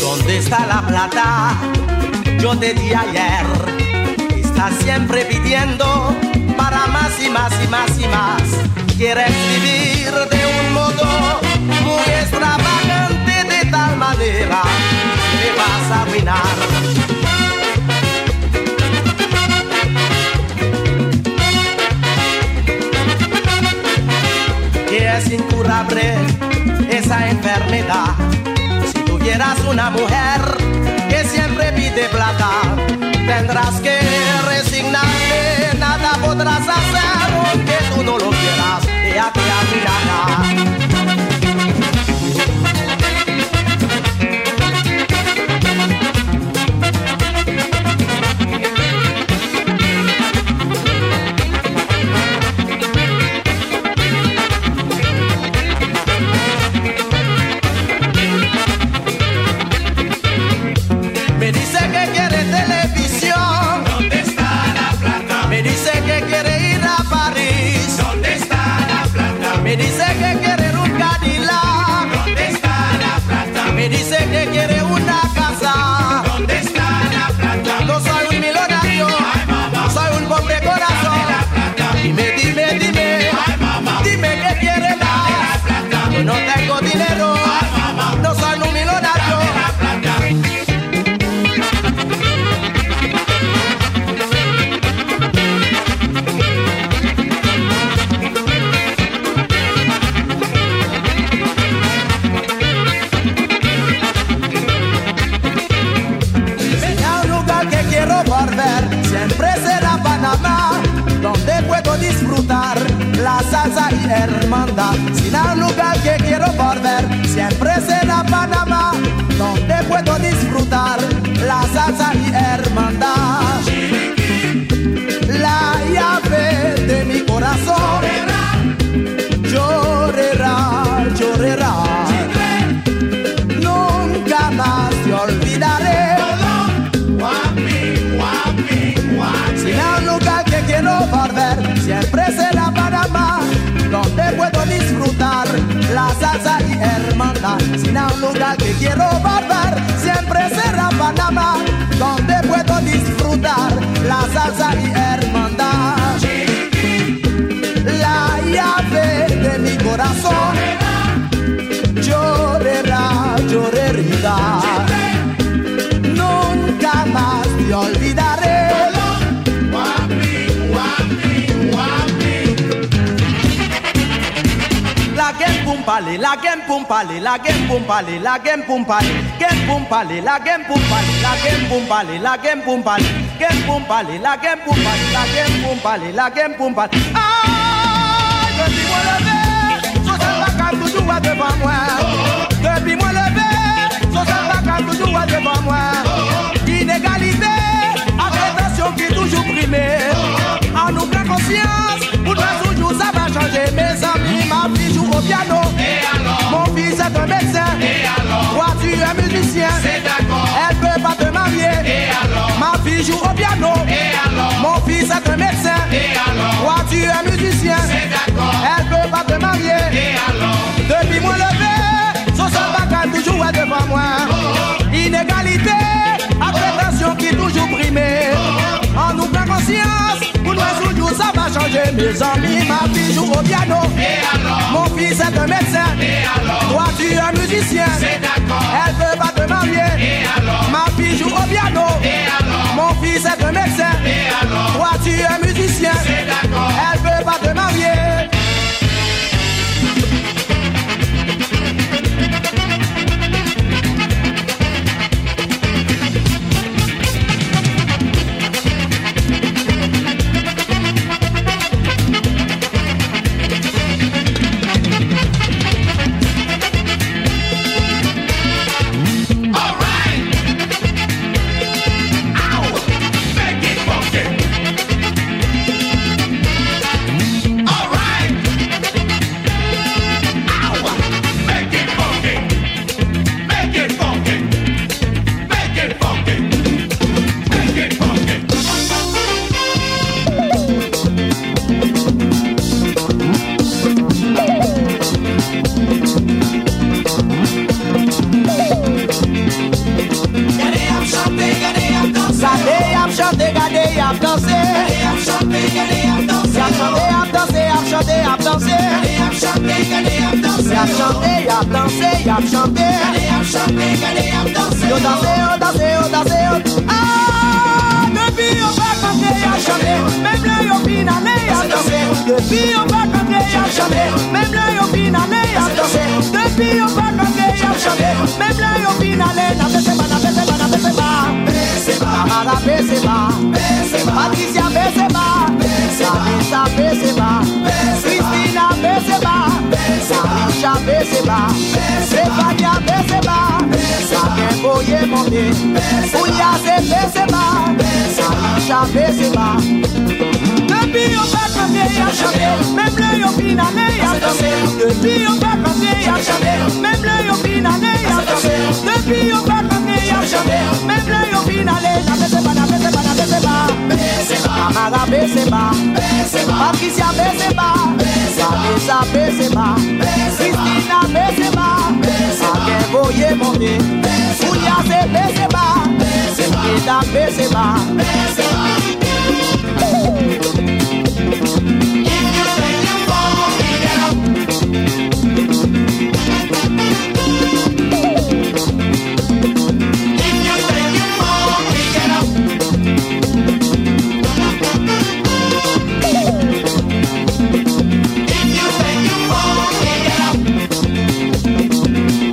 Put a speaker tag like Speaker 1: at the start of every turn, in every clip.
Speaker 1: ¿Dónde está la plata? Yo te di ayer. Está siempre pidiendo para más y más y más y más. Quieres vivir de un modo muy extravagante de tal manera que vas a arruinar. Que es incurable esa enfermedad. Si tuvieras una mujer que siempre pide plata, tendrás que resignarte. Nada podrás hacer aunque tú no lo quieras. De aquí a mañana. Me dice que quiere televisión.
Speaker 2: ¿Dónde está la plata?
Speaker 1: Me dice que quiere ir a París.
Speaker 2: ¿Dónde está la plata?
Speaker 1: Me dice que quiere un Cadillac.
Speaker 2: ¿Dónde está la plata?
Speaker 1: Me dice que quiere una casa.
Speaker 2: ¿Dónde está la plata?
Speaker 1: No soy un millonario,
Speaker 2: Ay, mamá.
Speaker 1: soy un pobre
Speaker 2: Dame la
Speaker 1: corazón.
Speaker 2: plata.
Speaker 1: Dime, dime, dime,
Speaker 2: Ay, mamá.
Speaker 1: dime que quiere
Speaker 2: Dame
Speaker 1: más.
Speaker 2: la plata.
Speaker 1: Yo no tengo dinero,
Speaker 2: Ay, mamá.
Speaker 1: no soy un millonario.
Speaker 2: Dame la plata.
Speaker 1: Vete a un lugar que quiero volver, siempre será Panamá, donde puedo disfrutar la salsa y hermandad. Sin a un lugar que quiero volver, siempre será Panamá, donde puedo disfrutar la salsa y hermandad. La llave de mi corazón llorará, llorará. Nunca más te olvidaré.
Speaker 2: Guapi, guapi, guapi.
Speaker 1: Sin a un lugar que quiero volver, siempre será Panamá, donde puedo disfrutar la salsa y hermandad. Sin a un lugar que quiero volver, siempre será Panamá, donde puedo disfrutar la salsa y hermandad. La llave de mi corazón llorará, llorará. Nunca más te olvidaré.
Speaker 2: Guapi, guapi, guapi.
Speaker 1: La gen pou mpale, la gen pou mpale, la gen pou mpale, la gen pou mpale, gen pou mpale, la gen pou mpale, la gen pou mpale, la gen pou mpale, gen pou mpale, la gen pou mpale, la gen pou mpale, la gen pou mpale. Ah, Ay, depi mwen leve, sou sa bakal toujou a devan mwen. Depi mwen leve, sou sa bakal toujou a devan mwen. Inégalité, ak retasyon ki toujou primé. An nou pren konsyans, pou nou toujou sa va chanje. Mes amis, ma fille joue au piano. Mon fils est un médecin. Toi, tu es musicien. Elle peut pas te marier. Ma fille joue au piano. Mon fils est un médecin. Toi, tu es musicien. Elle peut pas te marier. Depuis moi levé, son seul bacal toujours est devant moi. Inégalité, appréhension qui toujours primée. En nous prend conscience, pour nous toujours ça va changer. Mes amis, ma fille joue au piano. Mon fils est un médecin. Toi, tu es un musicien. Elle veut pas te marier. Ma fille joue au piano. Mon fils est un médecin. Toi, tu es un musicien. Elle veut pas te marier. yap chante, yap danse, yap chante
Speaker 2: Gade ap chante, gade ap danse
Speaker 1: Yo danse, yo danse, yo danse, yo Ah, depi yo pa kante yap chante Mem le yo finane yap danse Depi yo pa kante yap chante Mem le yo finane yap danse Depi yo pa kante yap chante Mem le yo finane Na pese ba, na pese ba, na pese ba
Speaker 2: Bese ba,
Speaker 1: Amara pese ba
Speaker 2: bese ba,
Speaker 1: Patricia pese ba
Speaker 2: Pese ba.
Speaker 1: Vanessa pese ba
Speaker 2: Pese ba.
Speaker 1: Christina pese ba
Speaker 2: bese ba
Speaker 1: Salisha Beseba, Stefania Beseba, Sakembo Yemonde, Ouyase Beseba, Salisha Beseba. Depuis on va chanter, y'a chanté, même le Yopinane y'a dansé. Depuis on va chanter, y'a chanté, même le Yopinane y'a dansé. Depuis on va chanter, y'a chanté, même le Yopinane n'a Beseba, n'a Beseba, n'a Beseba. Amara Beseba, Patricia Beseba, Vanessa Beseba. Christina Beseba, Akebo Yemonde, Ouyase Beseba, Eda Beseba.
Speaker 2: If you think you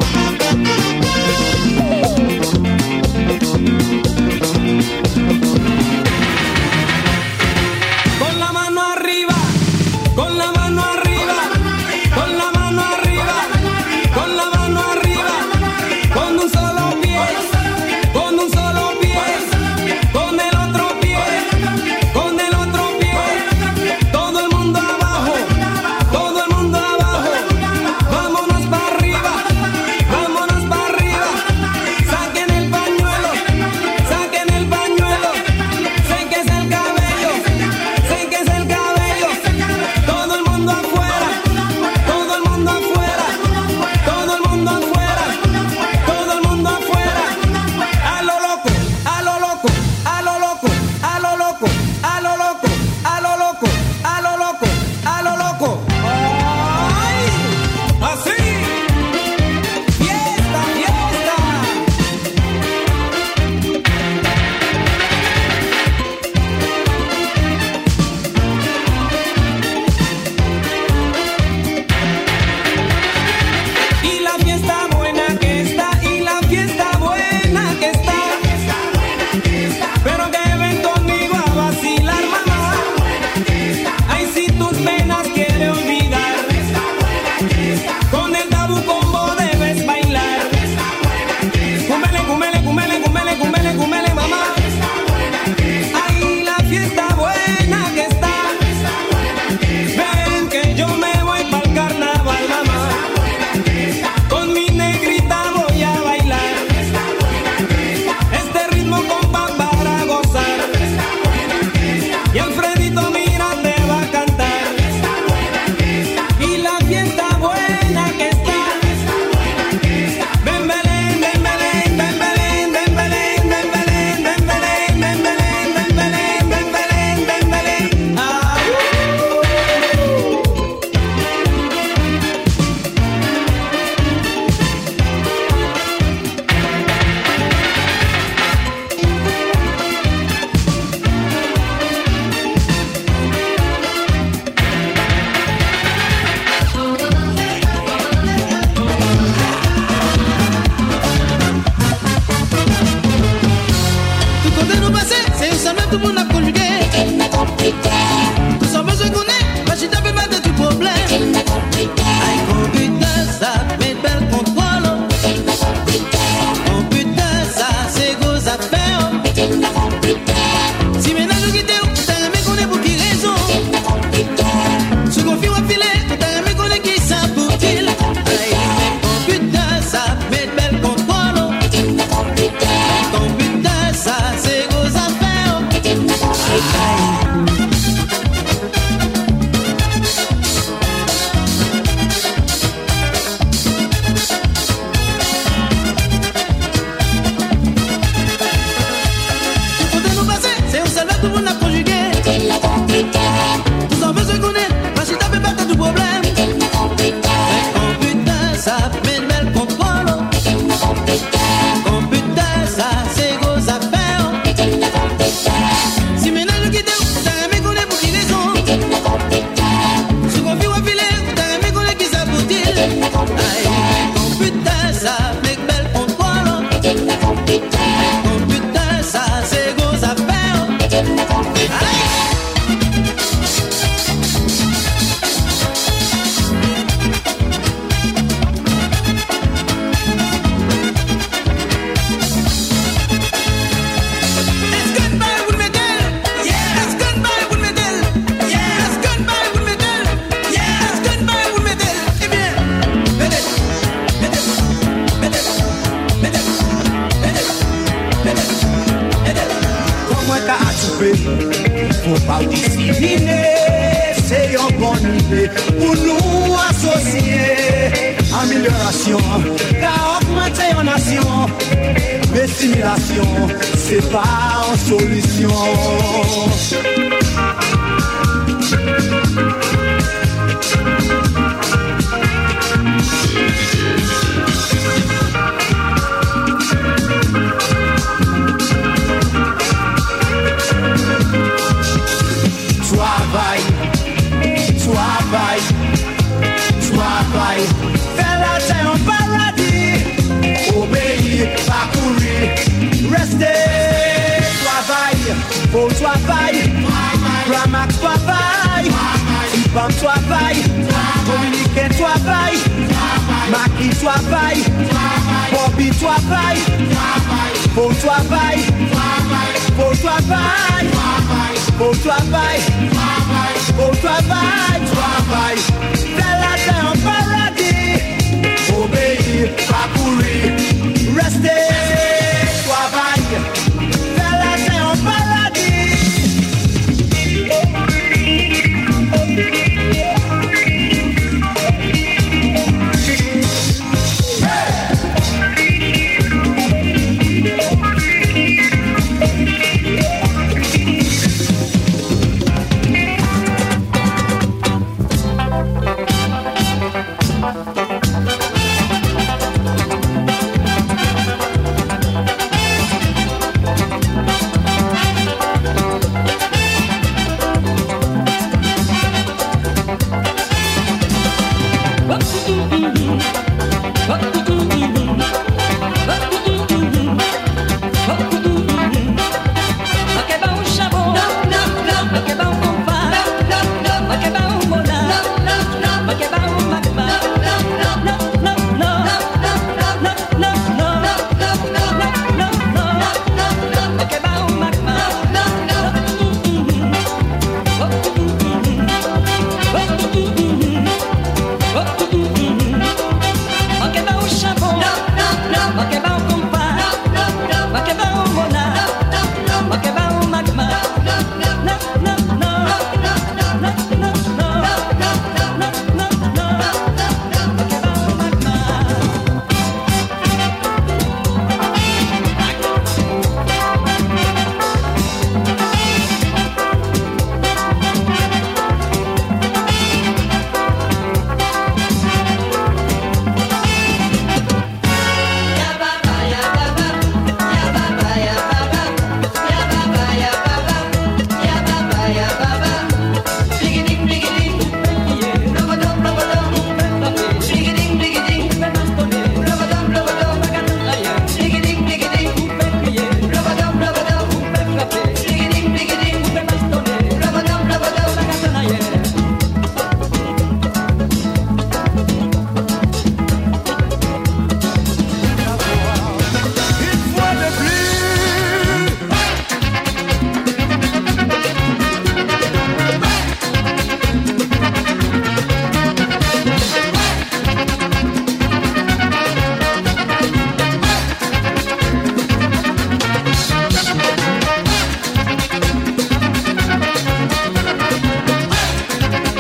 Speaker 3: oh.
Speaker 1: Sa disipline se yon bon ide pou nou asosye Ameliorasyon, ka augmente yon nasyon Mais simulasyon, se pa an solisyon Travay, travay, travay Fè la tè an paradis Obeyi, pa kouri, reste Travay, pou travay Pramak travay Ipan travay Komunike travay Maki travay Bobi travay Pou travay Pou travay Pou travay Pou travay Travay Fè la tè an paradis Obeyi, pa kouri, reste Travay, fè la tè an paradis
Speaker 3: bah, bah,
Speaker 4: Une fois de plus,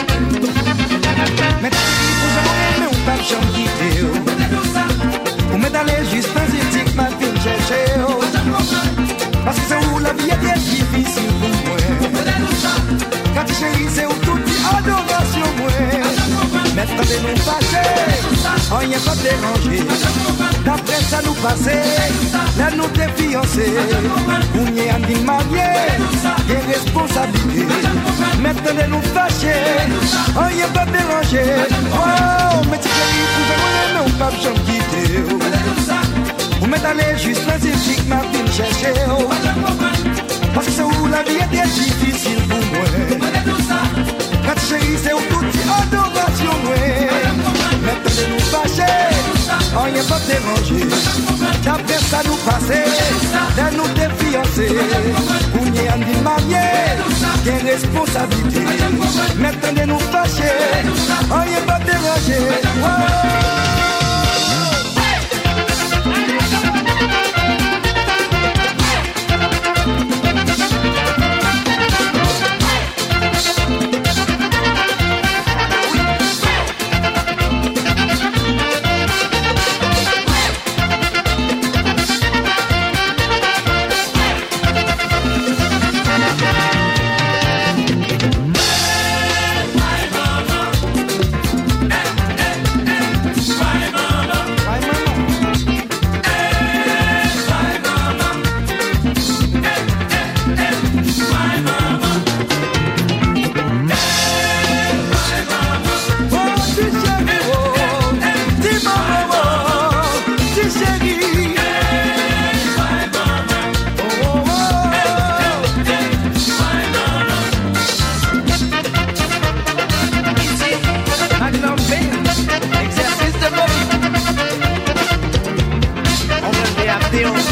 Speaker 5: Mwen ta li pou jan, mwen ou pa jan kite yo Ou mwen ta le jist nan zitik ma fin chèche yo Paske se ou la vie bien difisil pou mwen Kati chéri se ou touti adorasyon mwen Mwen ta de nou pase, anyen pa deranje Dapre sa nou pase, la nou te fianse Ou mwen an di marye, gen responsabilite Mwen de nou fache, anyen pa deranje Oh, mwen ti chéri pou jan, mwen ou pa jan kite yo Ou oh. m'êtes allé juste là, c'est chic, ma fille me cherchait, oh. Parce que c'est où la vie était difficile pour moi. Quand chérie, c'est où tout est adoration, ouais. Maintenant, nous fâcher, on n'est pas dérangé. D'après ça, nous passer, là, nous t'es fiancés. Où n'y a ni marié, des responsabilités. Maintenant, nous fâcher, on n'est pas dérangé.
Speaker 6: Hey!
Speaker 5: Oh. Oh,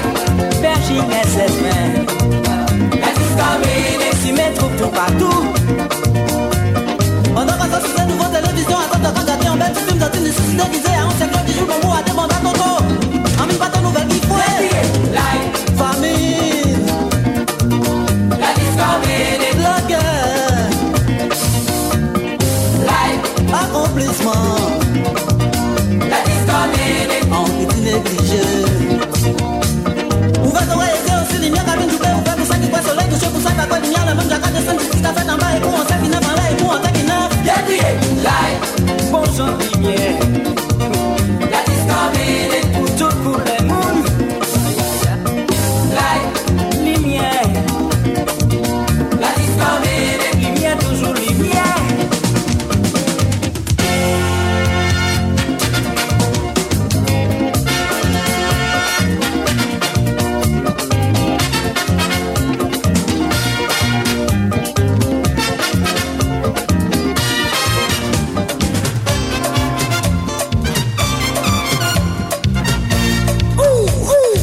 Speaker 3: laisse, laisse, mais. Laisse terminer. Tu mets trop tout partout. On a passé sur cette nouvelle télévision à tenter de regarder en même film dans une discussion déguisée à un siècle qui joue comme moi à demander à Toto. En même temps, nouvelle qui fouet. Famine, la guerre, accomplissement. On peut tout négliger. Ouvert ton été aussi, lumière cabine du père, ouvert pour ça qui voit soleil, touché pour ça qui voit lumière, le même jacquard descend du Christ à fait en bas, et pour on sait qu'il neuf en l'air, et pour on sait qu'il neuf. Bon sang, lumière, pour tout, pour les mondes, lumière, lumière, toujours lumière.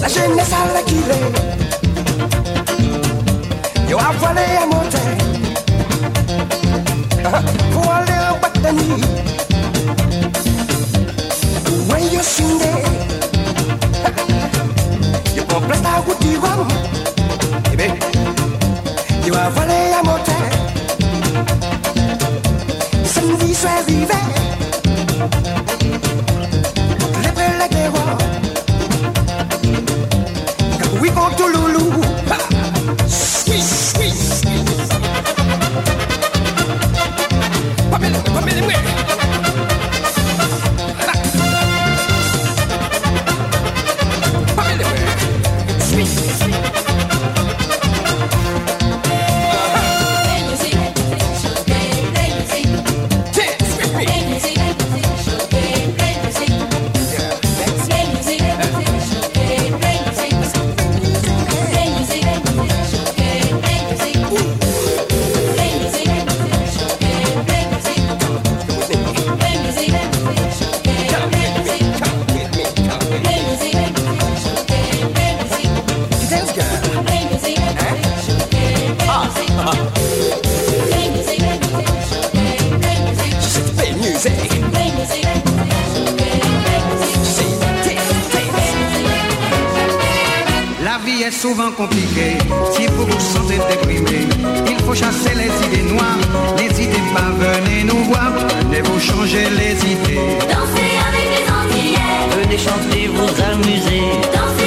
Speaker 7: La jeunesse a la kile Yo a voile a monte Pou ale a batani Ouwen yo sinde Yo komplet a gouti wam Ebe Yo a voile a monte Samedi soir vive Lepe la guerre We go to Lulu. Squeeze, squeeze. Pamela, Pamela, wait. Pamela, wait. Squeeze, squeeze. Yeah, squeeze. Yeah, that's Come with me, come with me, come with me. Dance girl. She said, play music. She said, dance, dance.
Speaker 1: La vie est souvent compliquée, si vous vous sentez déprimé, il faut chasser les idées noires, n'hésitez pas, venez nous voir, venez vous changer les idées.
Speaker 8: Dansez avec les Antillais,
Speaker 9: Venez chanter, vous amuser.
Speaker 8: dansez